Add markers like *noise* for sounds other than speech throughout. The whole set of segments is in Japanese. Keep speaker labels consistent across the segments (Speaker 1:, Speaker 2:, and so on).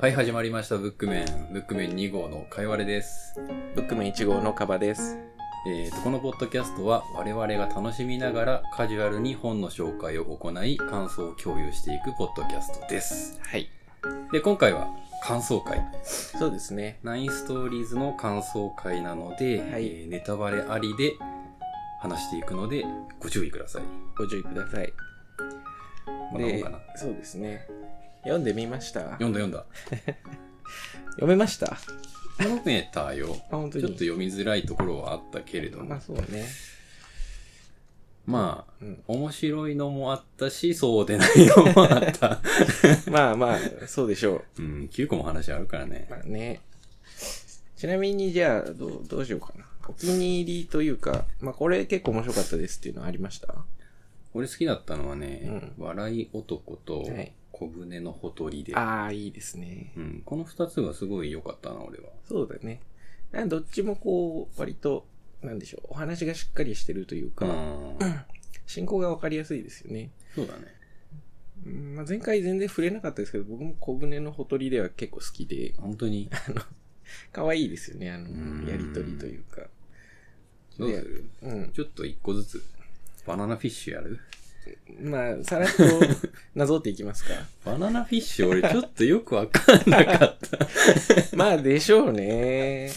Speaker 1: はい、始まりました。ブックメン。ブックメン2号のかいわれです。
Speaker 2: ブックメン1号のカバです。
Speaker 1: えーと、このポッドキャストは我々が楽しみながらカジュアルに本の紹介を行い、感想を共有していくポッドキャストです。
Speaker 2: はい。
Speaker 1: で、今回は感想会。
Speaker 2: そうですね。
Speaker 1: ナインストーリーズの感想会なので、
Speaker 2: はい
Speaker 1: えーネタバレありで話していくので、ご注意ください。
Speaker 2: ご注意ください。
Speaker 1: こんなもんかな。
Speaker 2: そうですね。読んでみました。
Speaker 1: 読んだ読ん
Speaker 2: *laughs*
Speaker 1: だ。
Speaker 2: 読めました。あ、
Speaker 1: 読めたよ。
Speaker 2: 本当
Speaker 1: ちょっ
Speaker 2: に。
Speaker 1: と読みづらいところはあったけれど
Speaker 2: ま
Speaker 1: も
Speaker 2: あ、そうね。 *laughs*
Speaker 1: まあ、
Speaker 2: うん。
Speaker 1: 面白いのもあったし、そうでないのも
Speaker 2: *laughs*
Speaker 1: あった。
Speaker 2: まあまあ、そうでしょ
Speaker 1: うん、9個も話あるからね
Speaker 2: う。。まあね。ちなみに、じゃあ、どう、どうしようかな。お気に入りというか、まあこれ結構面白かったですっていうのはありました
Speaker 1: 俺好きだったのはね、
Speaker 2: うん
Speaker 1: 笑い男と
Speaker 2: はい
Speaker 1: 小舟のほとりで、
Speaker 2: ああ、いいですね
Speaker 1: う。ん。この二つがすごい良かったな、俺は。
Speaker 2: そうだね。なんどっちもこう、割と、なんでしょう。お話がしっかりしてるというか、
Speaker 1: うん。
Speaker 2: 進行がわかりやすいですよね。
Speaker 1: そうだね。
Speaker 2: うんまあ、前回全然触れなかったですけど、僕も小舟のほとりでは結構好きで、
Speaker 1: 本当
Speaker 2: *laughs*
Speaker 1: に。
Speaker 2: 可愛いですよね、あ
Speaker 1: うん
Speaker 2: の、やりとりというか。
Speaker 1: どうする
Speaker 2: うん。
Speaker 1: ちょっと一個ずつ。バナナフィッシュやる
Speaker 2: まあ、さらっとなぞってい
Speaker 1: *laughs*
Speaker 2: きますか。
Speaker 1: バナナフィッシュ俺ちょっとよくわかんな
Speaker 2: *laughs*
Speaker 1: かった。
Speaker 2: まあ、でしょうね。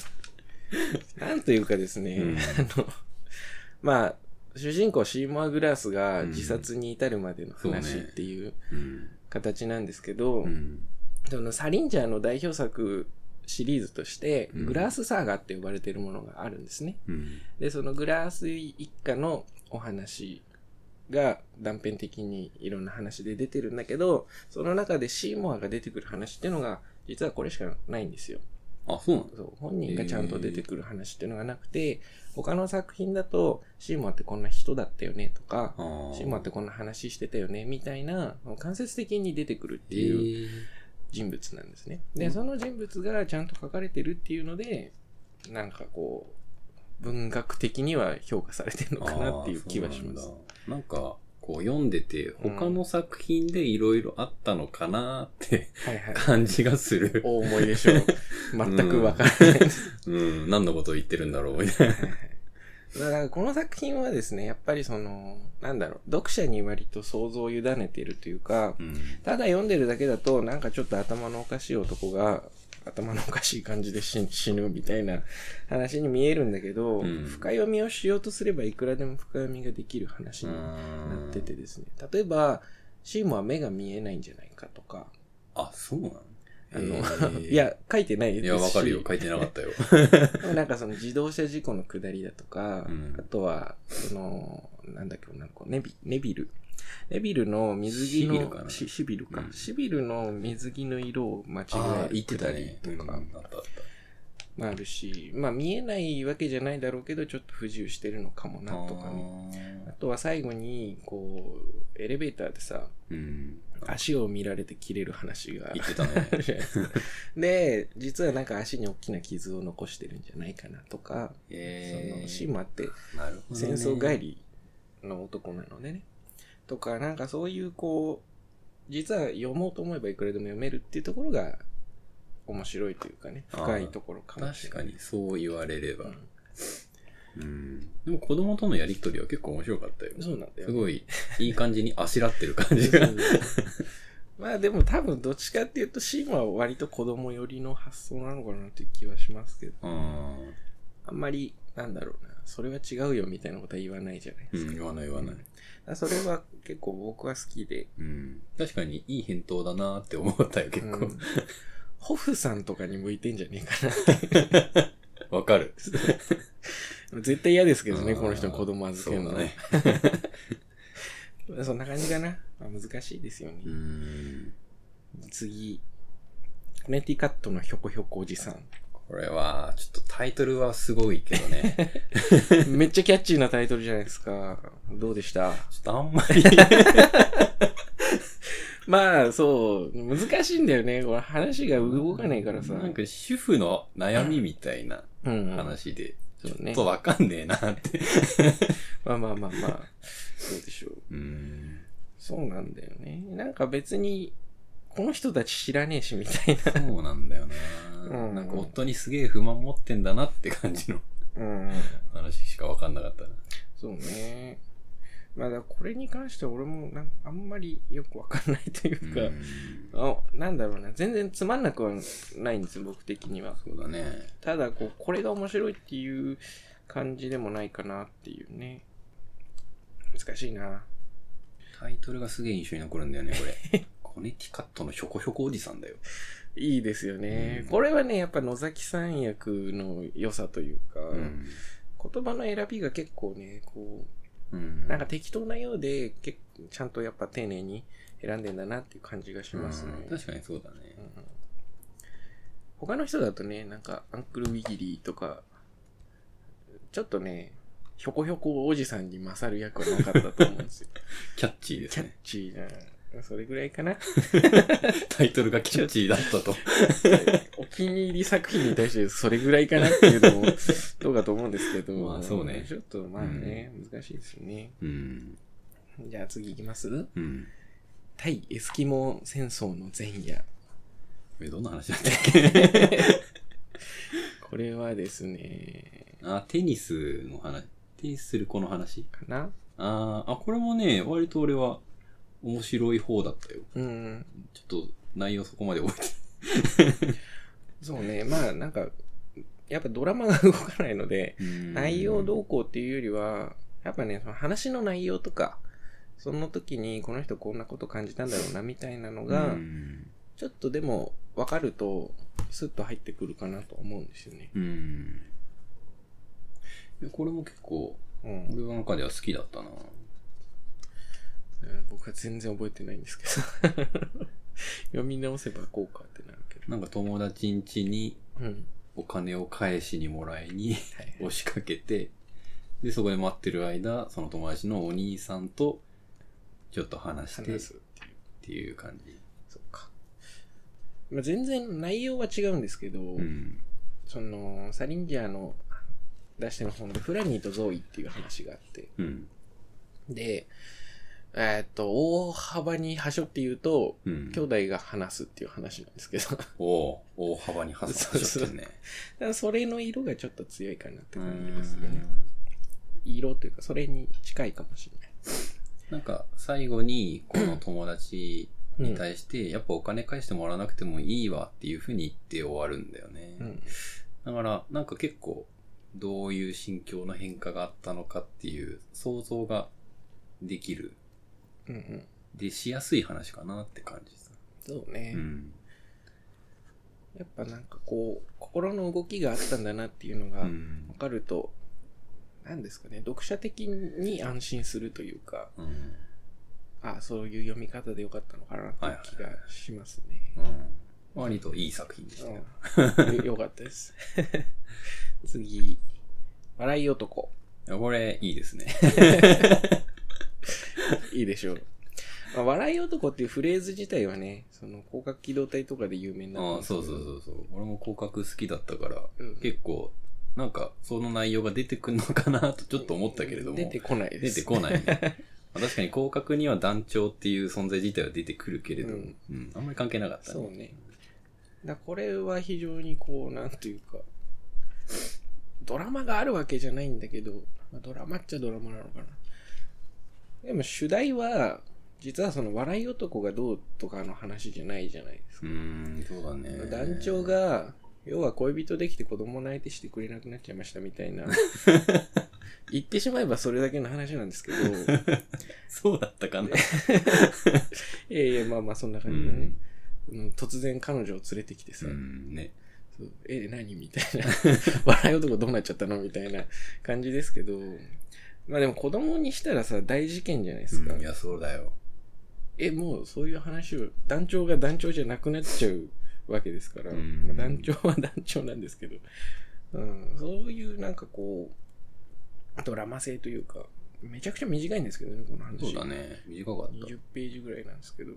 Speaker 2: なんというかですね、
Speaker 1: うん
Speaker 2: あの、まあ、主人公シーモア・グラスが自殺に至るまでの
Speaker 1: そう
Speaker 2: 話っ
Speaker 1: ね
Speaker 2: ていう
Speaker 1: うん。
Speaker 2: 形なんですけど、
Speaker 1: うん。
Speaker 2: そのサリンジャーの代表作シリーズとして、
Speaker 1: うん
Speaker 2: グラスサーガって呼ばれているものがあるんですね。
Speaker 1: うん。
Speaker 2: で、そのグラース一家のお話が断片的にいろんな話で出てるんだけど、その中でシーモアが出てくる話っていうのが、実はこれしかないんですよ。
Speaker 1: あ、そうなんだ。
Speaker 2: そう本人がちゃんと出てくる話っていうのがなくて、他の作品だと、シーモアってこんな人だったよねとか、
Speaker 1: あー
Speaker 2: シーモアってこんな話してたよねみたいな、間接的に出てくるって
Speaker 1: え
Speaker 2: いう
Speaker 1: ー
Speaker 2: 人物なんですね。
Speaker 1: う
Speaker 2: で、
Speaker 1: ん
Speaker 2: その人物がちゃんと書かれてるっていうので、なんかこう、文学的には評価されてるのかなっていう気はしま
Speaker 1: あー
Speaker 2: す。
Speaker 1: そうなんだなんか、こう読んでて、他の作品でいろいろあったのかなって、
Speaker 2: はいはい。
Speaker 1: 感じがする。
Speaker 2: お思いで
Speaker 1: *laughs*
Speaker 2: しょう。全くわからないです。
Speaker 1: うん、何のことを言ってるんだろう、みたいな。
Speaker 2: はいはいだからこの作品はですね、やっぱりその、なんだろう、読者に割と想像を委ねてるというか、
Speaker 1: うん。
Speaker 2: ただ読んでるだけだと、なんかちょっと頭のおかしい男が、頭のおかしい感じで死死ぬみたいな話に見えるんだけど、
Speaker 1: うん
Speaker 2: 深読みをしようとすればいくらでも深読みができる話になっててですね。例えば、シーモは目が見えないんじゃないかとか、
Speaker 1: あ、そうなの
Speaker 2: あの、
Speaker 1: えー
Speaker 2: いや、書いてないです
Speaker 1: い
Speaker 2: し。
Speaker 1: や、わかるよ。書いてなかったよ。
Speaker 2: *laughs* なんかその自動車事故の下りだとか、
Speaker 1: うん
Speaker 2: *laughs* あとは、その、なんだっけ、女の子、ネビ、ネビル。ネビルの水着
Speaker 1: シビルか
Speaker 2: の、
Speaker 1: な
Speaker 2: シシビルか、
Speaker 1: うん
Speaker 2: シビルの水着の色を間違
Speaker 1: ああ、
Speaker 2: える
Speaker 1: 言って
Speaker 2: く
Speaker 1: た
Speaker 2: だり
Speaker 1: ね。
Speaker 2: と
Speaker 1: うん
Speaker 2: か
Speaker 1: あったあった。
Speaker 2: まああるし、まあ見えないわけじゃないだろうけど、ちょっと不自由してるのかもなとかね。あ
Speaker 1: あ
Speaker 2: とは最後に、こう、エレベーターでさ、
Speaker 1: ーうん。
Speaker 2: 足を見られて切れる話
Speaker 1: *laughs*
Speaker 2: が
Speaker 1: 言って
Speaker 2: *laughs*
Speaker 1: たね
Speaker 2: あ。るじゃないですか。で、実はなんか足に大きな傷を残してるんじゃないかなとか、そ
Speaker 1: え
Speaker 2: の
Speaker 1: ー、
Speaker 2: シーモアって
Speaker 1: なるほど
Speaker 2: 戦
Speaker 1: ね
Speaker 2: 争帰。りの男なのでね。とか、なんかそういうこう、実は読もうと思えばいくらでも読めるっていうところが面白いというかね、
Speaker 1: あー
Speaker 2: 深いところかもし
Speaker 1: 確
Speaker 2: れな
Speaker 1: か
Speaker 2: い。
Speaker 1: に、そう言われれば。
Speaker 2: う
Speaker 1: うん。でも子供とのやりとりは結構面白かったよ。
Speaker 2: んそうなんだよ。
Speaker 1: すごい、いい感じにあしらってる感 *laughs* じ
Speaker 2: そう
Speaker 1: が
Speaker 2: そ。うそう
Speaker 1: *laughs*
Speaker 2: まあでも多分どっちかっていうと、シーマは割と子供寄りの発想なのかなっていう気はしますけど、
Speaker 1: うん。
Speaker 2: あんまり、なんだろうな、それは違うよみたいなことは言わないじゃない
Speaker 1: う
Speaker 2: ですか。
Speaker 1: ん、言わない言わない
Speaker 2: だ。からそれは結構僕は好きで、
Speaker 1: うん。確かにいい返答だなーって思ったよ、結
Speaker 2: う
Speaker 1: 構
Speaker 2: ん。ホフさんとかに向いてんじゃねえか
Speaker 1: わかる。
Speaker 2: な。 *laughs* 絶対嫌ですけどね、
Speaker 1: うん
Speaker 2: この人の子供預けるの
Speaker 1: そうだね。
Speaker 2: そんな感じかな。まあ、難しいですよね。
Speaker 1: うん。
Speaker 2: 次。コネティカットのひょこひょこおじさん。
Speaker 1: これは、ちょっとタイトルはすごいけどね。 *laughs* ちょ
Speaker 2: めっちゃキャッチーなタイトルじゃないですか。どうでした
Speaker 1: っとあんまり。
Speaker 2: まあ、そう、難しいんだよね。これ話が動かないからさ。
Speaker 1: なんか主婦の悩みみたいな
Speaker 2: うん、
Speaker 1: 話で、
Speaker 2: うんそうね
Speaker 1: ちょっとわかんねえなって。
Speaker 2: まあまあまあまあ。そうでしょう。
Speaker 1: うん。
Speaker 2: そうなんだよね。なんか別に、この人たち知らねえしみたい
Speaker 1: そうなんだよね。
Speaker 2: うん
Speaker 1: なんか夫にすげえ不満持ってんだなって感じの
Speaker 2: な。うん。
Speaker 1: 話しかわかんなかったな。
Speaker 2: そうね。まあ、だからこれに関しては俺もなんあんまりよくわかんないというか、
Speaker 1: うん
Speaker 2: あなんだろうな、全然つまんなくはないんです、僕的には。
Speaker 1: そうだね。
Speaker 2: ただ、こう、これが面白いっていう感じでもないかなっていうね。難しいな。
Speaker 1: タイトルがすげえ印象に残るんだよね、これ。 *laughs* コネティカットのひょこひょこおじさんだよ。
Speaker 2: いいですよね。
Speaker 1: うん
Speaker 2: これはね、やっぱ野崎さん役の良さというか、
Speaker 1: うん。
Speaker 2: 言葉の選びが結構ね、こ
Speaker 1: うん
Speaker 2: う、なんか適当なようで、結構ちゃんとやっぱ丁寧に選んでんだなっていう感じがしますね。
Speaker 1: うん確かにそうだね
Speaker 2: う。ん他の人だとね、なんか、アンクルウィギリーとか、ちょっとね、ひょこひょこおじさんに勝る役はなかったと思う
Speaker 1: *laughs*
Speaker 2: んですよ。
Speaker 1: キャッチーで
Speaker 2: キ
Speaker 1: す
Speaker 2: ャッ
Speaker 1: ね。
Speaker 2: チーな。それぐらいかな。
Speaker 1: タイトルがキャッチーだったと。
Speaker 2: お気に入り作品に対してそれぐらいかなっていうのも、どうかと思うんですけど。
Speaker 1: *laughs* まあそうね
Speaker 2: ちょっとまあね、難しいですよね。
Speaker 1: うん。
Speaker 2: じゃあ次行きます
Speaker 1: うん。
Speaker 2: 対エスキモ戦争の前夜。
Speaker 1: え、どんな話だったっけ
Speaker 2: これはですね、
Speaker 1: *laughs* あ、テニスの話。テニスする子の話
Speaker 2: かな
Speaker 1: あーあ、これもね、割と俺は面白い方だったよ。
Speaker 2: うん。
Speaker 1: ちょっと内容そこまで覚えて
Speaker 2: そうね、まあなんか、やっぱドラマが動かないので、
Speaker 1: ない。
Speaker 2: 内容ど
Speaker 1: う
Speaker 2: うこうっていうよりは、やっぱね、その話の内容とか、その時にこの人こんなこと感じたんだろうなみたいなのが、
Speaker 1: うん
Speaker 2: ちょっとでも分かると、スッと入ってくるかなと思うんですよね。
Speaker 1: うん。いやこれも結構、
Speaker 2: うん。
Speaker 1: 俺の中では好きだったな。
Speaker 2: 僕は全然覚えてないんですけど。 *laughs* 読み直せばこうかってなるけど。
Speaker 1: なんか友達ん家に
Speaker 2: うん。
Speaker 1: お金を返しにもらいに
Speaker 2: はい。
Speaker 1: 押しかけて、で、そこで待ってる間、その友達のお兄さんと、ちょっと話してっ
Speaker 2: 話すっていう。
Speaker 1: ていう感じ。
Speaker 2: そっか。まあ、全然内容は違うんですけど、
Speaker 1: うん。
Speaker 2: そのサリンジャーの出してる本でフラニーとゾーイっていう話があって
Speaker 1: うん。
Speaker 2: でえーっと大幅に端折って言うと
Speaker 1: うん。
Speaker 2: 兄弟が話すっていう話なんですけどだか
Speaker 1: おう大幅に外しちゃってるね。
Speaker 2: らそれの色がちょっと強いかなって
Speaker 1: う
Speaker 2: 感
Speaker 1: ん
Speaker 2: じですね色というかそれに近いかもしれない
Speaker 1: なんか、最後に、この友達に
Speaker 2: うん
Speaker 1: 対して、やっぱお金返してもらわなくてもいいわっていうふうに言って終わるんだよね。
Speaker 2: うん
Speaker 1: だから、なんか結構、どういう心境の変化があったのかっていう想像ができる。
Speaker 2: うんうん
Speaker 1: で、しやすい話かなって感じです。
Speaker 2: そうね、
Speaker 1: うん。
Speaker 2: やっぱなんかこう心の動きがあったんだなっていうの
Speaker 1: う
Speaker 2: が分
Speaker 1: ん。
Speaker 2: かると、なんですかね読者的に安心するというか
Speaker 1: うん。うん
Speaker 2: あそういう読み方でよかったのかなっていう気がしますね。
Speaker 1: 割といい作品でしたよ。
Speaker 2: うん *laughs* よよかったです。次、笑い男。
Speaker 1: いやこれ、いいですね。
Speaker 2: いいでしょう。まあ笑い男っていうフレーズ自体はね、その広角機動隊とかで有名 *laughs* になって
Speaker 1: あ
Speaker 2: ま
Speaker 1: あ、
Speaker 2: すけ
Speaker 1: そ
Speaker 2: ど
Speaker 1: うそうそうそう。俺も広角好きだったから、
Speaker 2: うん。
Speaker 1: 結構、なんか、その内容が出てくるのかなとちょっと思ったけれども、
Speaker 2: 出てこないで
Speaker 1: 出
Speaker 2: す。
Speaker 1: てこないね。まあ確かに広角には団長っていう存在自体は出てくるけれども、
Speaker 2: う
Speaker 1: うんん、あんまり関係なかった
Speaker 2: そうね。だこれは非常にこう、なんていうか、ドラマがあるわけじゃないんだけど、まあ、ドラマっちゃドラマなのかな。でも主題は、実はその笑い男がどうとかの話じゃないじゃないです
Speaker 1: う
Speaker 2: か。
Speaker 1: ん、そうだね。
Speaker 2: 団長、が、要は恋人できて子供の相手してくれなくなっちゃいましたみたいな。言ってしまえばそれだけの話なんですけど、
Speaker 1: そうだったかな。
Speaker 2: いやいや、まあまあそんな
Speaker 1: う
Speaker 2: 感じだね
Speaker 1: ん。。
Speaker 2: うん突然彼女を連れてきてさ、
Speaker 1: うん、ね。
Speaker 2: そうえ、何みたいな。 *laughs* 笑い男どうなっちゃったのみたいな感じですけど、まあでも子供にしたらさ、大事件じゃないですか。
Speaker 1: うんいや、そうだよ。
Speaker 2: え、もうそういう話を、団長が団長じゃなくなっちゃうわけですから、
Speaker 1: うん
Speaker 2: まあ団長は団長なんですけど、うん、そういうなんかこう、ドラマ性というか、めちゃくちゃ短いんですけどね、この話。
Speaker 1: そうだね。短かった。
Speaker 2: 20ページぐらいなんですけど、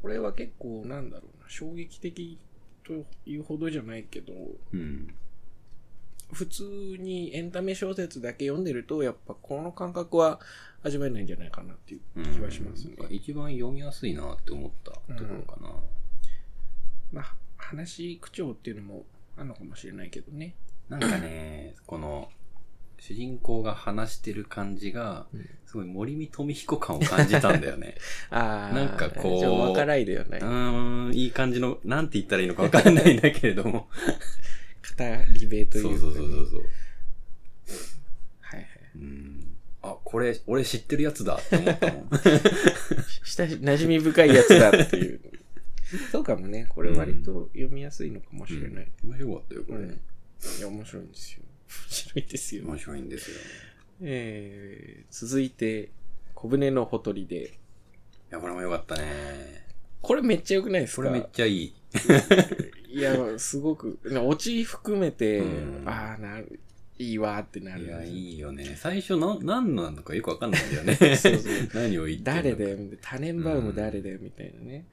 Speaker 2: これは結構なんだろうな、衝撃的というほどじゃないけど、
Speaker 1: うん。
Speaker 2: 普通にエンタメ小説だけ読んでると、やっぱこの感覚は味わえないんじゃないかなっていう
Speaker 1: うん
Speaker 2: 気はしますね。
Speaker 1: 一番読みやすいなって思ったところかな。
Speaker 2: まあ、話し口調っていうのもあるのかもしれないけどね。
Speaker 1: なんか
Speaker 2: *clears throat*
Speaker 1: ね、この、主人公が話してる感じが、すごい森見富彦感を感じたんだよ
Speaker 2: *laughs*
Speaker 1: ね。
Speaker 2: ああ、
Speaker 1: なんかこう。
Speaker 2: 情報からいではないう
Speaker 1: ーん、いい感じの、なんて言ったらいいのかわかんないんだけれども。
Speaker 2: 語り部と
Speaker 1: そ
Speaker 2: いううか、
Speaker 1: そうそうそうそう。
Speaker 2: はいはい。
Speaker 1: うん。あ、これ、俺知ってるやつだって思ったも
Speaker 2: *laughs*
Speaker 1: ん。
Speaker 2: 親し馴染み深いやつだっていう。 *laughs* そうかもね。これ割と読みやすいのかもしれない。
Speaker 1: 面白かったよ、こ
Speaker 2: う
Speaker 1: れ。
Speaker 2: ん。いや、面白いんですよ。面白いですよ。
Speaker 1: 面白いんですよ。
Speaker 2: えー、続いて、小舟のほとりで。
Speaker 1: いや、これもよかったね。
Speaker 2: これめっちゃ良くないです
Speaker 1: こ
Speaker 2: か
Speaker 1: れめっちゃいい。
Speaker 2: いや、すごく、 *laughs* なオチ含めて、
Speaker 1: うん
Speaker 2: ああ、なる、いいわーってなる。
Speaker 1: いや、いいよね。最初、な、何なのかよくわかんないんだよね。
Speaker 2: そうそう
Speaker 1: *laughs* 何を言ってんのか
Speaker 2: 誰だよ、みたいなタネンバウム誰だよ、みたいなね。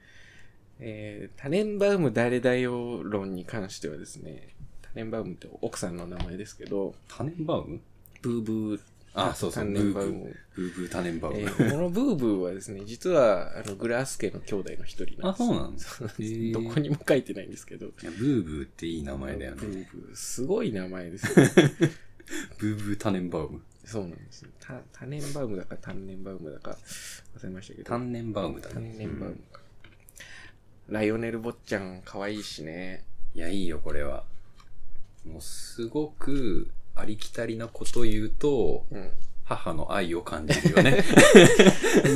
Speaker 2: えー、タネンバウム誰だよ論に関してはですね、タネンバウムって奥さんの名前ですけど、
Speaker 1: タネンバウム
Speaker 2: ブーブー、
Speaker 1: あ、そうそう、
Speaker 2: タ
Speaker 1: ブ
Speaker 2: ネン
Speaker 1: ーブ
Speaker 2: バウ
Speaker 1: ー
Speaker 2: ム。
Speaker 1: ブーブータネンバウム。
Speaker 2: えーこのブーブーはですね、実は、あの、グラス家の兄弟の一人なん
Speaker 1: あ、
Speaker 2: です。
Speaker 1: そうなんだ。
Speaker 2: そうなん
Speaker 1: へ
Speaker 2: です。
Speaker 1: ー
Speaker 2: どこにも書いてないんですけど。
Speaker 1: いやブーブーっていい名前だよ
Speaker 2: ブー
Speaker 1: ね。
Speaker 2: ブー、すごい名前です *laughs* よね。
Speaker 1: ブーブータネンバウム。
Speaker 2: そうなんですよ。タタネンバウムだか、タンネンバウムだか、忘れましたけど。
Speaker 1: タンネンバウムだね。
Speaker 2: タンネンバ
Speaker 1: う
Speaker 2: ウム
Speaker 1: ん
Speaker 2: か。ライオネル坊ちゃん、可愛いしね。
Speaker 1: いや、いいよ、これは。もう、すごく、ありきたりなこと言うと、
Speaker 2: うん。
Speaker 1: 母の愛を感じるよ
Speaker 2: *laughs*
Speaker 1: ね。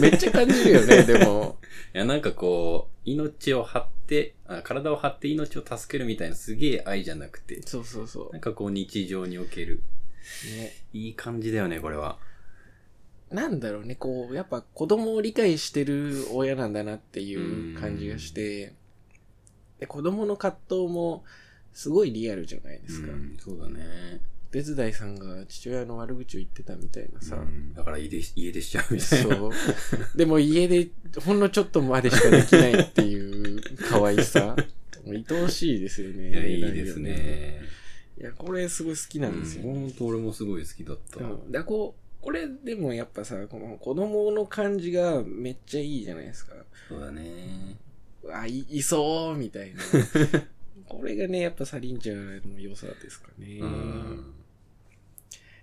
Speaker 2: めっちゃ感じるよ
Speaker 1: *laughs*
Speaker 2: ね、でも。
Speaker 1: いや、なんかこう、命を張って、あ体を張って命を助けるみたいなすげえ愛じゃなくて、
Speaker 2: そうそうそ
Speaker 1: なんかこう日常における、
Speaker 2: う。ね。
Speaker 1: いい感じだよね、これは。
Speaker 2: なんだろうね、こう、やっぱ子供を理解してる親なんだなっていう感じがして、で子供の葛藤もすごいリアルじゃないですか。
Speaker 1: うんそうだね。
Speaker 2: 手伝いさんが父親の悪口を言ってたみたいなさ。
Speaker 1: うんだから家出し、家出しちゃうみたい
Speaker 2: そ
Speaker 1: な。
Speaker 2: う。でも家でほんのちょっとまでしかできないっていう可愛
Speaker 1: *laughs*
Speaker 2: さ。もう愛おしいですよね。
Speaker 1: いや、いいですね。
Speaker 2: いや、これすごい好きなんですよね。
Speaker 1: ほんと俺もすごい好きだった。
Speaker 2: うん、だこうこれでもやっぱさこの子供の感じがめっちゃいいじゃないですか
Speaker 1: そうだね。
Speaker 2: あいいそうみた
Speaker 1: *laughs*
Speaker 2: いなこれがねやっぱサリンちゃんの良さですかね、
Speaker 1: うん。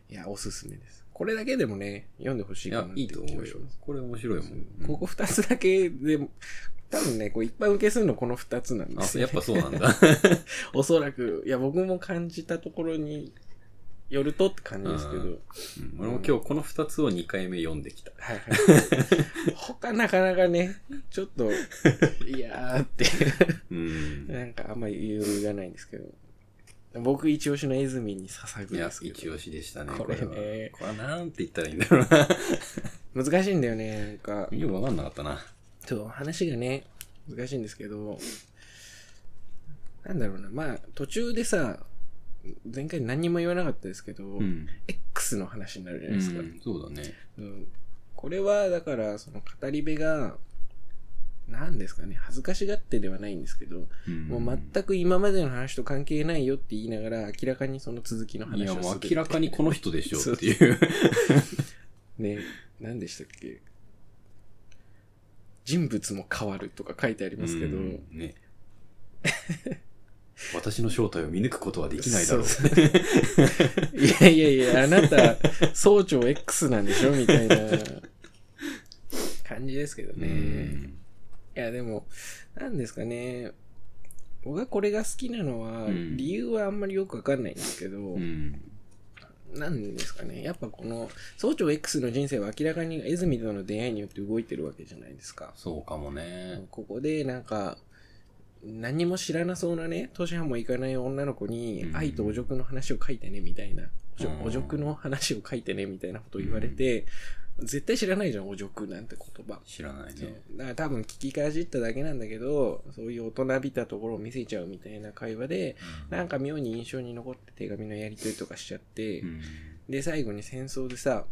Speaker 2: いやおすすめですこれだけでもね読んでほし
Speaker 1: い
Speaker 2: いかな
Speaker 1: や
Speaker 2: っ、て
Speaker 1: い
Speaker 2: い
Speaker 1: いう
Speaker 2: 気
Speaker 1: と
Speaker 2: がし
Speaker 1: 思
Speaker 2: ま
Speaker 1: う
Speaker 2: す
Speaker 1: よ。これ面白いもん。
Speaker 2: ここ2つだけでも多分ねこう一般受けするのこの2つなんで
Speaker 1: あ、
Speaker 2: す
Speaker 1: や
Speaker 2: よ、
Speaker 1: っ
Speaker 2: ね、
Speaker 1: ぱそうなん *laughs* だ。
Speaker 2: おそらくいや僕も感じたところによるとって感じですけど、
Speaker 1: うんうん俺も今日この2つを2回目読んできた。
Speaker 2: はいはい。他なかなかね、ちょっ
Speaker 1: *laughs*
Speaker 2: と、いやーって、
Speaker 1: うん。
Speaker 2: なんかあんまり余裕がないんですけど。僕一押しのエズミンに捧ぐ
Speaker 1: い
Speaker 2: ん
Speaker 1: や
Speaker 2: で、すけ
Speaker 1: 一
Speaker 2: ど。
Speaker 1: 押しでしたね。
Speaker 2: これね
Speaker 1: はこれはなんて言ったらいいんだろうな。
Speaker 2: 難しいんだよね、なんか。
Speaker 1: *laughs* よくわかんなかったな。
Speaker 2: ちょっと話がね、難しいんですけど、なんだろうな、まあ途中でさ、前回何にも言わなかったですけど、
Speaker 1: ん。
Speaker 2: X の話になるじゃないですか。
Speaker 1: そうだね。
Speaker 2: うんこれはだからその語り部が何ですかね恥ずかしがってではないんですけど、もう全く今までの話と関係ないよって言いながら明らかにその続きの
Speaker 1: い
Speaker 2: 話
Speaker 1: や、
Speaker 2: をする
Speaker 1: もう明らかにこの人でしょ
Speaker 2: そう
Speaker 1: っていう。
Speaker 2: *laughs* ね何でしたっけ人物も変わるとか書いてありますけど、
Speaker 1: うんね。私の正体を見抜くことはできないだろう。
Speaker 2: そうそういや *laughs* いやいやあなた総長 X なんでしょみたいな感じですけど
Speaker 1: う
Speaker 2: ね、
Speaker 1: ん
Speaker 2: いや、でも、なんですかね。僕がこれが好きなのは、
Speaker 1: うん
Speaker 2: 理由はあんまりよくわかんないんですけど、
Speaker 1: うん。
Speaker 2: なんですかね。やっぱこの、総長 X の人生は明らかにエズミとの出会いによって動いてるわけじゃないですか。
Speaker 1: そうかもね。
Speaker 2: ここで、なんか、何も知らなそうなね、年半もいかない女の子に
Speaker 1: う、ん
Speaker 2: 愛とお辱の話を書いてね、みたいな。おじょ
Speaker 1: うん
Speaker 2: お辱の話を書いてね、みたいなことを言われて、絶対知らないじゃん、お辱なんて言葉。
Speaker 1: 知らない
Speaker 2: そう
Speaker 1: ね。
Speaker 2: だから多分聞きかじっただけなんだけどそういう大人びたところを見せちゃうみたいな会話でなんか妙に印象に残って手紙のやり取りとかしちゃって、
Speaker 1: うん
Speaker 2: で最後に戦争でさ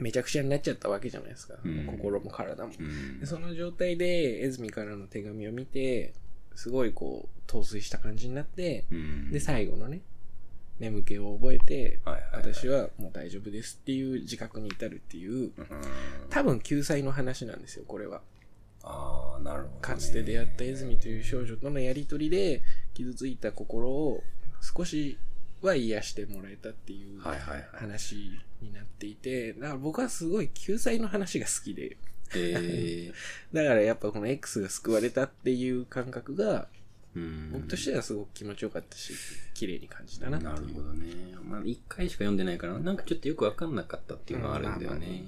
Speaker 2: めちゃくちゃになっちゃったわけじゃないですか、
Speaker 1: うん
Speaker 2: 心も体も、
Speaker 1: うん
Speaker 2: でその状態で江住からの手紙を見てすごいこう陶酔した感じになって
Speaker 1: うん
Speaker 2: で最後のね眠気を覚えて、
Speaker 1: はいはい、はい。
Speaker 2: 私はもう大丈夫ですっていう自覚に至るっていう、
Speaker 1: うん。
Speaker 2: 多分救済の話なんですよ、これは。
Speaker 1: ああ、なるほど、ね。
Speaker 2: かつて出会った泉という少女とのやりとりで、傷ついた心を少しは癒してもらえたっていう
Speaker 1: はいはいはい。
Speaker 2: 話になっていて、だから僕はすごい救済の話が好きで、
Speaker 1: えー、
Speaker 2: だからやっぱこの X が救われたっていう感覚が、
Speaker 1: うん
Speaker 2: 僕としてはすごく気持ちよかったし、綺麗に感じたなってい
Speaker 1: なるほ
Speaker 2: う。
Speaker 1: どね。まあ、一回しか読んでないから、なんかちょっとよくわかんなかったっていうのがあるんだよ
Speaker 2: うんまあま
Speaker 1: ね。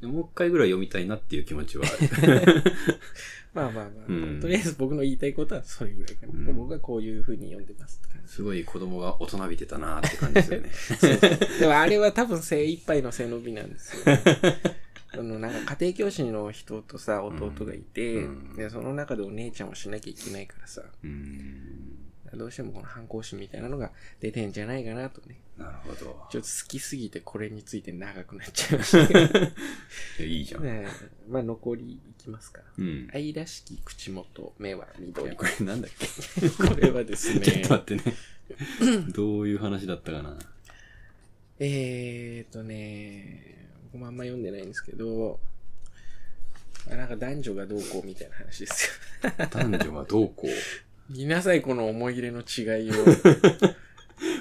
Speaker 1: でもう一回ぐらい読みたいなっていう気持ちは
Speaker 2: *laughs*
Speaker 1: ある。
Speaker 2: まあまあまあ、
Speaker 1: うん
Speaker 2: とりあえず僕の言いたいことはそれぐらいかな。
Speaker 1: うん
Speaker 2: 僕はこういう風に読んでますって感じ
Speaker 1: すごい子供が大人びてたなって感じですよ
Speaker 2: *laughs*
Speaker 1: ね。
Speaker 2: でもあれは多分精一杯の背伸びなんですよ、
Speaker 1: *laughs*
Speaker 2: あの、なんか家庭教師の人とさ、弟がいて、
Speaker 1: うん
Speaker 2: で、その中でお姉ちゃんをしなきゃいけないからさ、
Speaker 1: うん。
Speaker 2: どうしてもこの反抗心みたいなのが出てんじゃないかなとね。
Speaker 1: なるほど。
Speaker 2: ちょっと好きすぎてこれについて長くなっちゃいましたけ *laughs* ど。ね
Speaker 1: いやいいじゃん。
Speaker 2: えまあ残りいきますか。
Speaker 1: うん。
Speaker 2: 愛らしき口元、目は緑。 *laughs* こ
Speaker 1: これなんだっけ、
Speaker 2: れはです *laughs*
Speaker 1: ちょっ
Speaker 2: ね
Speaker 1: と、待ってね。どういう話だったかな。
Speaker 2: えーとね、僕もあんま読んでないんですけど、あなんか男女がどうこうみたいな話ですよ。 *laughs*
Speaker 1: 男女がどうこう。
Speaker 2: 見なさい、この思い入れの *laughs* 違いを。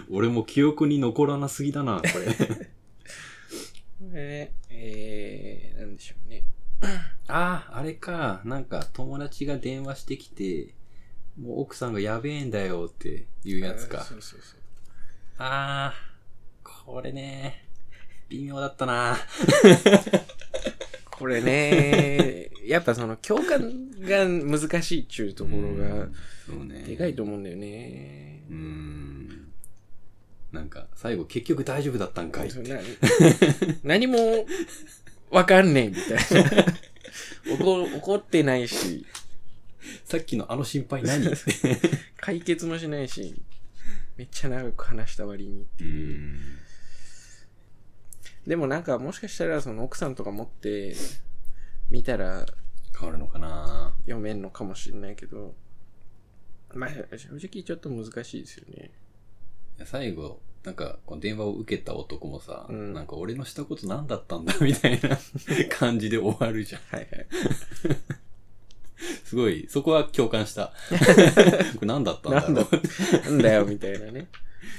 Speaker 1: 俺も記憶に残らなすぎだな、これ。
Speaker 2: ねえー、なんでしょうね。
Speaker 1: ああ、あれか。なんか友達が電話してきて、もう奥さんがやべえんだよっていうやつ
Speaker 2: あ
Speaker 1: か
Speaker 2: そ。うそうそう。
Speaker 1: ああ、これね、微妙だったな。
Speaker 2: これね、やっぱその共感が難しいっちゅうところが、
Speaker 1: そうね。
Speaker 2: でかいと思うんだよね。
Speaker 1: うーん。なんか、最後結局大丈夫だったんかいっ
Speaker 2: そ
Speaker 1: て
Speaker 2: う。な *laughs* 何もわかんねえみたいな。
Speaker 1: *laughs*
Speaker 2: 怒怒ってないし、
Speaker 1: さっきのあの心配
Speaker 2: *laughs*
Speaker 1: 何う
Speaker 2: 解決もしないし、めっちゃ長く話した割に。
Speaker 1: ーん。
Speaker 2: でもなんかもしかしたらその奥さんとか持って見たら
Speaker 1: 変わるのかな
Speaker 2: 読めんのかもしれないけど、まあ正直ちょっと難しいですよね。
Speaker 1: いや最後、なんか、この電話を受けた男もさ、
Speaker 2: うん
Speaker 1: なんか俺のしたこと何だったんだみたいな感じで終わるじゃん。
Speaker 2: はいはい。
Speaker 1: すごい、そこは共感 *laughs* した。これ何だったんだろう
Speaker 2: 何だなんだよみたいな
Speaker 1: *laughs*
Speaker 2: ね。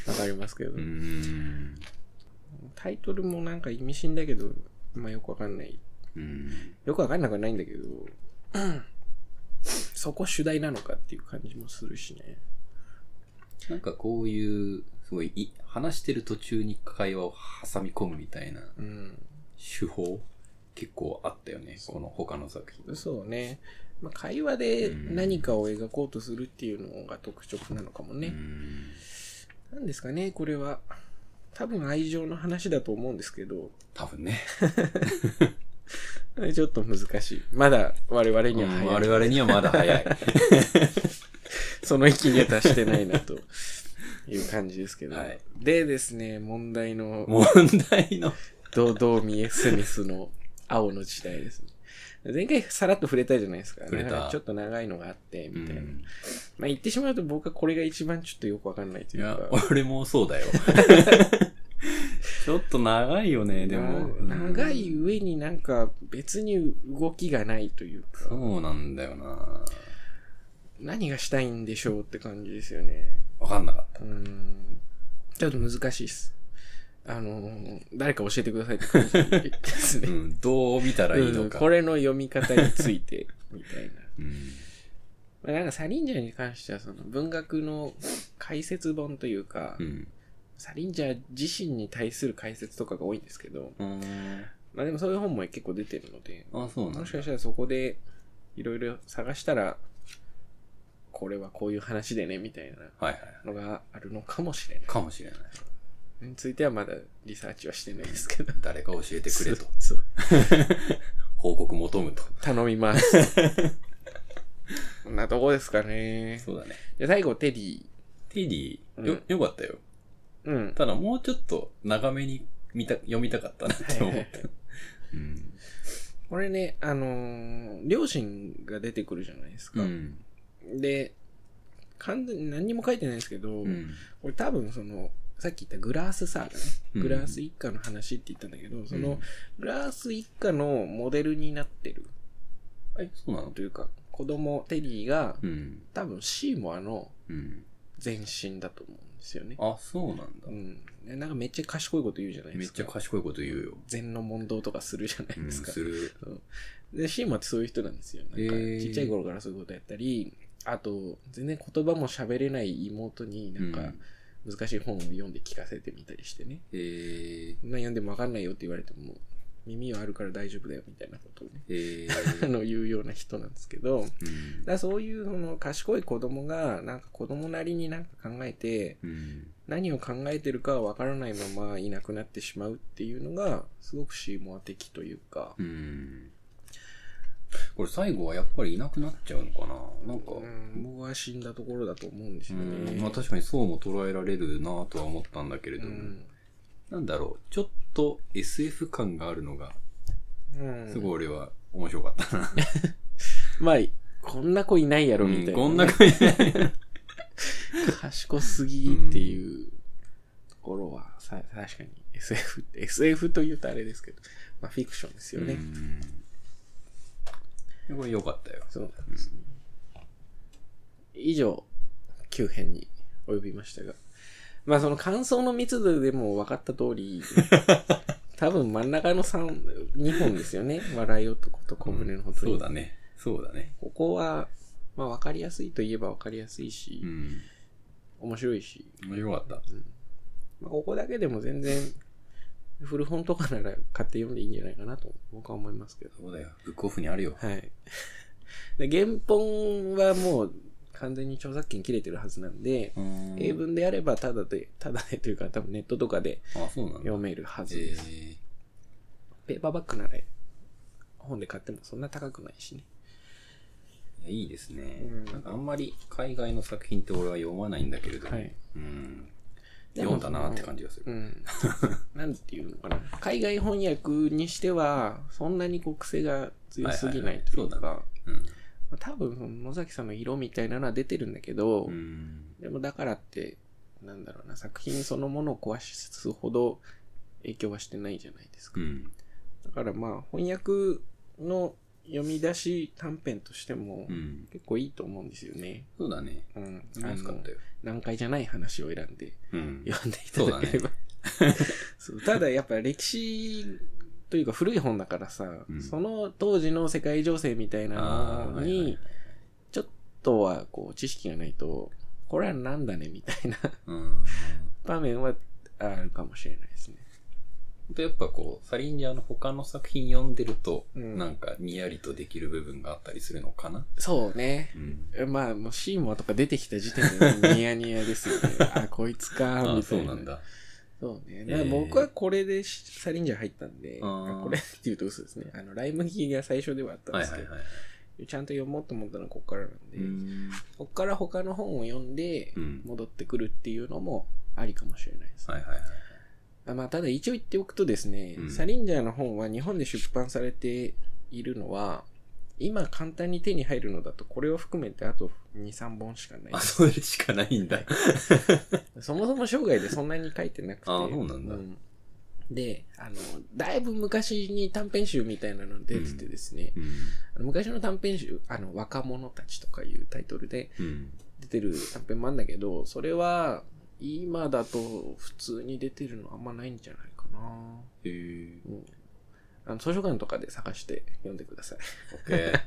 Speaker 2: わかりますけど。
Speaker 1: うーん。
Speaker 2: タイトルもなんか意味深だけど、まあよくわかんない。
Speaker 1: うーん。
Speaker 2: よくわかんなくはないんだけど、 *clears throat* そこ主題なのかっていう感じもするしね。
Speaker 1: なんかこういう、すごいい、話してる途中に会話を挟み込むみたいな
Speaker 2: うん。
Speaker 1: 手法、結構あったよね。この他の作品。
Speaker 2: そうね。まあ、会話で
Speaker 1: うん
Speaker 2: 何かを描こうとするっていうのが特徴なのかも
Speaker 1: うー
Speaker 2: ね。
Speaker 1: ん
Speaker 2: なんですかね、これは。多分愛情の話だと思うんですけど、
Speaker 1: 多分ね。
Speaker 2: ちょっと難しい。まだ我々には
Speaker 1: うん
Speaker 2: 早い。
Speaker 1: 我々にはまだ早い。
Speaker 2: その域には達してないなという感じですけ
Speaker 1: *laughs*
Speaker 2: ど。
Speaker 1: はい
Speaker 2: でですね、問題
Speaker 1: *laughs*
Speaker 2: の
Speaker 1: 問題の。
Speaker 2: 堂々見えスミスの青の時代ですね。前回さらっと触れたじゃないですか。
Speaker 1: 触れた
Speaker 2: なんかちょっと長いのがあって、みたいな。
Speaker 1: うん
Speaker 2: まあ言ってしまうと僕はこれが一番ちょっとよくわかんないと
Speaker 1: い
Speaker 2: いう
Speaker 1: や
Speaker 2: か。、
Speaker 1: 俺もそうだよ。 *laughs* ちょっと長いよね、でも。
Speaker 2: な長い
Speaker 1: うん
Speaker 2: 上になんか別に動きがないというか、
Speaker 1: そうなんだよな。
Speaker 2: 何がしたいんでしょうって感じですよね。
Speaker 1: わかんなかった。
Speaker 2: うーん。ちょっと難しいです。あのー、誰か教えてくださいって感じです
Speaker 1: *laughs* う
Speaker 2: ね。
Speaker 1: ん、どう見たらいいの
Speaker 2: うん
Speaker 1: か。
Speaker 2: これの読み方について、みたいな。
Speaker 1: うん。
Speaker 2: まあなんかサリンジャーに関してはその文学の解説本というか、
Speaker 1: うん。
Speaker 2: サリンジャー自身に対する解説とかが多いんですけど、
Speaker 1: うん。
Speaker 2: まあでもそういう本も結構出てるので、
Speaker 1: あ、そうなん
Speaker 2: も
Speaker 1: だ
Speaker 2: し。かしたらそこでいろいろ探したら、これはこういう話でねみたいな
Speaker 1: はいはい。
Speaker 2: のがあるのかもしれない。
Speaker 1: かもしれない。
Speaker 2: それについてはまだリサーチはしてないです
Speaker 1: *laughs*
Speaker 2: けど。
Speaker 1: 誰か教えてく *laughs* れと。
Speaker 2: そう。
Speaker 1: 報告求むと。
Speaker 2: 頼みます。 *laughs* こんなとこですかね。
Speaker 1: そうだね。
Speaker 2: で最後、テディ。
Speaker 1: テディ、
Speaker 2: うん
Speaker 1: よ、よかったよ。
Speaker 2: うん。
Speaker 1: ただもうちょっと長めに見た、読みたかったなって思
Speaker 2: はいは
Speaker 1: っ
Speaker 2: い
Speaker 1: た。うん。
Speaker 2: これね、あのー両親が出てくるじゃないですか。
Speaker 1: うん。
Speaker 2: で、完全に何にも書いてないんですけど、
Speaker 1: うん。
Speaker 2: 俺多分その、さっき言ったグラースサーガね。
Speaker 1: うん
Speaker 2: グラース一家の話って言ったんだけど、そ
Speaker 1: うん
Speaker 2: の、グラース一家のモデルになってる
Speaker 1: え、そうなの
Speaker 2: というか、子供テリーが
Speaker 1: うん。
Speaker 2: 多分シーモアの
Speaker 1: うん。
Speaker 2: 前身だと思うんですよね。
Speaker 1: あ、そうなんだ
Speaker 2: う。ん。でなんかめっちゃ賢いこと言うじゃないで
Speaker 1: めっ
Speaker 2: す
Speaker 1: ち
Speaker 2: か。
Speaker 1: ゃ賢いこと言うよ。
Speaker 2: 禅の問答とかするじゃな
Speaker 1: う
Speaker 2: いで
Speaker 1: ん、
Speaker 2: すか。
Speaker 1: する。
Speaker 2: で、シーマってそういう人なんですよ。なんか
Speaker 1: へー
Speaker 2: ちっちゃい頃からそういうことやったり、あと、全然言葉も喋れない妹になん
Speaker 1: う
Speaker 2: か
Speaker 1: ん
Speaker 2: 難しい本を読んで聞かせてみたりしてね。
Speaker 1: えー、
Speaker 2: こんなん読んでもわかんないよって言われても、耳はあるから大丈夫だよみたいなことをね、 *laughs*
Speaker 1: え
Speaker 2: あ
Speaker 1: ー、
Speaker 2: の、言うような人なんですけど、だか
Speaker 1: *laughs* うん
Speaker 2: らそういうその賢い子供が、なんか子供なりになんか考えて、
Speaker 1: うん。
Speaker 2: 何を考えてるかはわからないままいなくなってしまうっていうのが、すごくシーモア的というか、
Speaker 1: うん。これ最後はやっぱりいなくなっちゃうのかななんか、
Speaker 2: うん僕は死んだところだと思うんです
Speaker 1: う
Speaker 2: よね。
Speaker 1: ん、まあ確かにそうも捉えられるなとは思ったんだけれ
Speaker 2: う
Speaker 1: ども、
Speaker 2: ん
Speaker 1: なんだろう、ちょっと SF 感があるのが、
Speaker 2: うん
Speaker 1: すごい俺は面白かったな。
Speaker 2: まあ、こんな子いないやろみたいな、
Speaker 1: うんこんな感じ。
Speaker 2: 賢すぎっていうところは、さ確かに SF って、SF というとあれですけど、まあフィクションですよね。
Speaker 1: うんこれ良かったよ。
Speaker 2: そうなんですね。以上、9編に及びましたが。まあその感想の密度でも分かった
Speaker 1: *laughs*
Speaker 2: 通り、多分真ん中の3、2本ですよね。笑い男と小舟のほとり。
Speaker 1: そうだね。そうだね。
Speaker 2: ここは、まあ分かりやすいといえば分かりやすいし、
Speaker 1: うん。
Speaker 2: 面白いし、
Speaker 1: 面白かった。
Speaker 2: まあ、ここだけでも全然、古本とかなら買って読んでいいんじゃないかなと僕は思いますけど。
Speaker 1: そうだよ。ブックオフにあるよ。
Speaker 2: はい。 *laughs* で原本はもう完全に著作権切れてるはずなんで、
Speaker 1: うん
Speaker 2: 英文であればただで、ただでというか多分ネットとかで
Speaker 1: あ、そうなんだ。
Speaker 2: 読めるはず
Speaker 1: え
Speaker 2: です。
Speaker 1: ー
Speaker 2: ペーパーバッグなら本で買ってもそんな高くないしね。
Speaker 1: いやいいですね
Speaker 2: うん。
Speaker 1: なんかあんまり海外の作品って俺は読まないんだけれども、
Speaker 2: はい
Speaker 1: うん
Speaker 2: でも
Speaker 1: 読んだなって感じがす
Speaker 2: う
Speaker 1: る。
Speaker 2: ん。なんていうのかな。海外翻訳にしては、そんなにこう癖が強すぎないというか、
Speaker 1: はいはいはうん
Speaker 2: まあ多分その野崎さんの色みたいなのは出てるんだけど、
Speaker 1: うん。
Speaker 2: でもだからって、なんだろうな、作品そのものを壊すほど影響はしてないじゃないです
Speaker 1: う
Speaker 2: か。
Speaker 1: ん。
Speaker 2: だからまあ、翻訳の読み出し短編としても
Speaker 1: う、ん。
Speaker 2: 結構いいと思うんですよね。
Speaker 1: そうだね。
Speaker 2: うん。あ
Speaker 1: 楽しかっ
Speaker 2: の
Speaker 1: た、よ。
Speaker 2: 難解じゃない話を選んで
Speaker 1: うん。
Speaker 2: 読んでいただければ。 *laughs* そうただやっぱ歴史というか古い本だからさ、
Speaker 1: うん
Speaker 2: その当時の世界情勢みたいな
Speaker 1: あー
Speaker 2: の
Speaker 1: はいはいはい
Speaker 2: に、ちょっとはこう知識がないと、これはなんだねみたいな
Speaker 1: うん。
Speaker 2: 場面はあるかもしれないですね。
Speaker 1: ほんとやっぱこう、サリンジャーの他の作品読んでると、
Speaker 2: うん
Speaker 1: なんかにやりとできる部分があったりするのかな。
Speaker 2: そうね。
Speaker 1: うん。
Speaker 2: まあ、もうシーモアとか出てきた時点
Speaker 1: *laughs*
Speaker 2: でもうニヤニヤですよね。あ、こいつか、みたい
Speaker 1: あ
Speaker 2: な。
Speaker 1: そうなん。だ。
Speaker 2: そうね。
Speaker 1: えー
Speaker 2: だから僕はこれでしサリンジャー入ったんで、
Speaker 1: あー
Speaker 2: あこれって言うと嘘ですね。あの、ライムギーが最初ではあったん
Speaker 1: は
Speaker 2: で
Speaker 1: い
Speaker 2: す
Speaker 1: は
Speaker 2: け
Speaker 1: い
Speaker 2: ど、
Speaker 1: は
Speaker 2: ちゃんと読もうと思ったのはここからな
Speaker 1: い。
Speaker 2: んで、
Speaker 1: うん。
Speaker 2: ここから他の本を読んで
Speaker 1: うん、
Speaker 2: 戻ってくるっていうのもありかもしれないですね。
Speaker 1: はいはいはい。
Speaker 2: あまあ、ただ一応言っておくとですね、
Speaker 1: うん
Speaker 2: サリンジャーの本は日本で出版されているのは、今簡単に手に入るのだと、これを含めてあと2、3本しか
Speaker 1: *laughs*
Speaker 2: ない
Speaker 1: あ、。それしかないんだ。
Speaker 2: そもそも生涯でそんなに書いてなくて。
Speaker 1: あそうなんだ
Speaker 2: で、あの、だいぶ昔に短編集みたいなの出ててですね、
Speaker 1: うん。
Speaker 2: あの昔の短編集、あの、若者たちとかいうタイトルで
Speaker 1: うん。
Speaker 2: 出てる短編もあるんだけど、それは、今だと普通に出てるのあんまないんじゃないかな。
Speaker 1: へー
Speaker 2: うんあの図書館とかで探して読んでください。
Speaker 1: オッケー。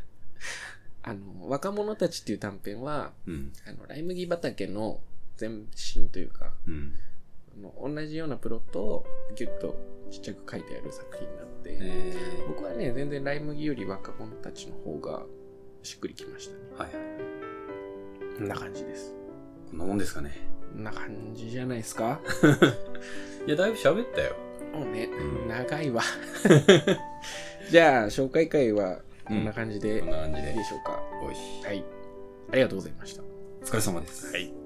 Speaker 2: あの、若者たちっていう短編は、
Speaker 1: うん。
Speaker 2: あの、ライ麦畑の前身というか、
Speaker 1: うん。
Speaker 2: あの同じようなプロットをギュッとちっちゃく書いてある作品なので、
Speaker 1: え
Speaker 2: 僕はね、全然ライ麦より若者たちの方がしっくりきましたね。
Speaker 1: ー、はいはい。
Speaker 2: こんな感じです。
Speaker 1: こんなもんですかね。
Speaker 2: こんな感じじゃないですか
Speaker 1: いや、だいぶ喋ったよ。
Speaker 2: もうね、
Speaker 1: うん
Speaker 2: 長いわ。 *laughs* じゃあ、紹介会はこんな感じで、
Speaker 1: こんない感じ
Speaker 2: い
Speaker 1: で
Speaker 2: で。しょうか。
Speaker 1: おいしい。
Speaker 2: はい。ありがとうございました。
Speaker 1: お疲れ様です。
Speaker 2: はい。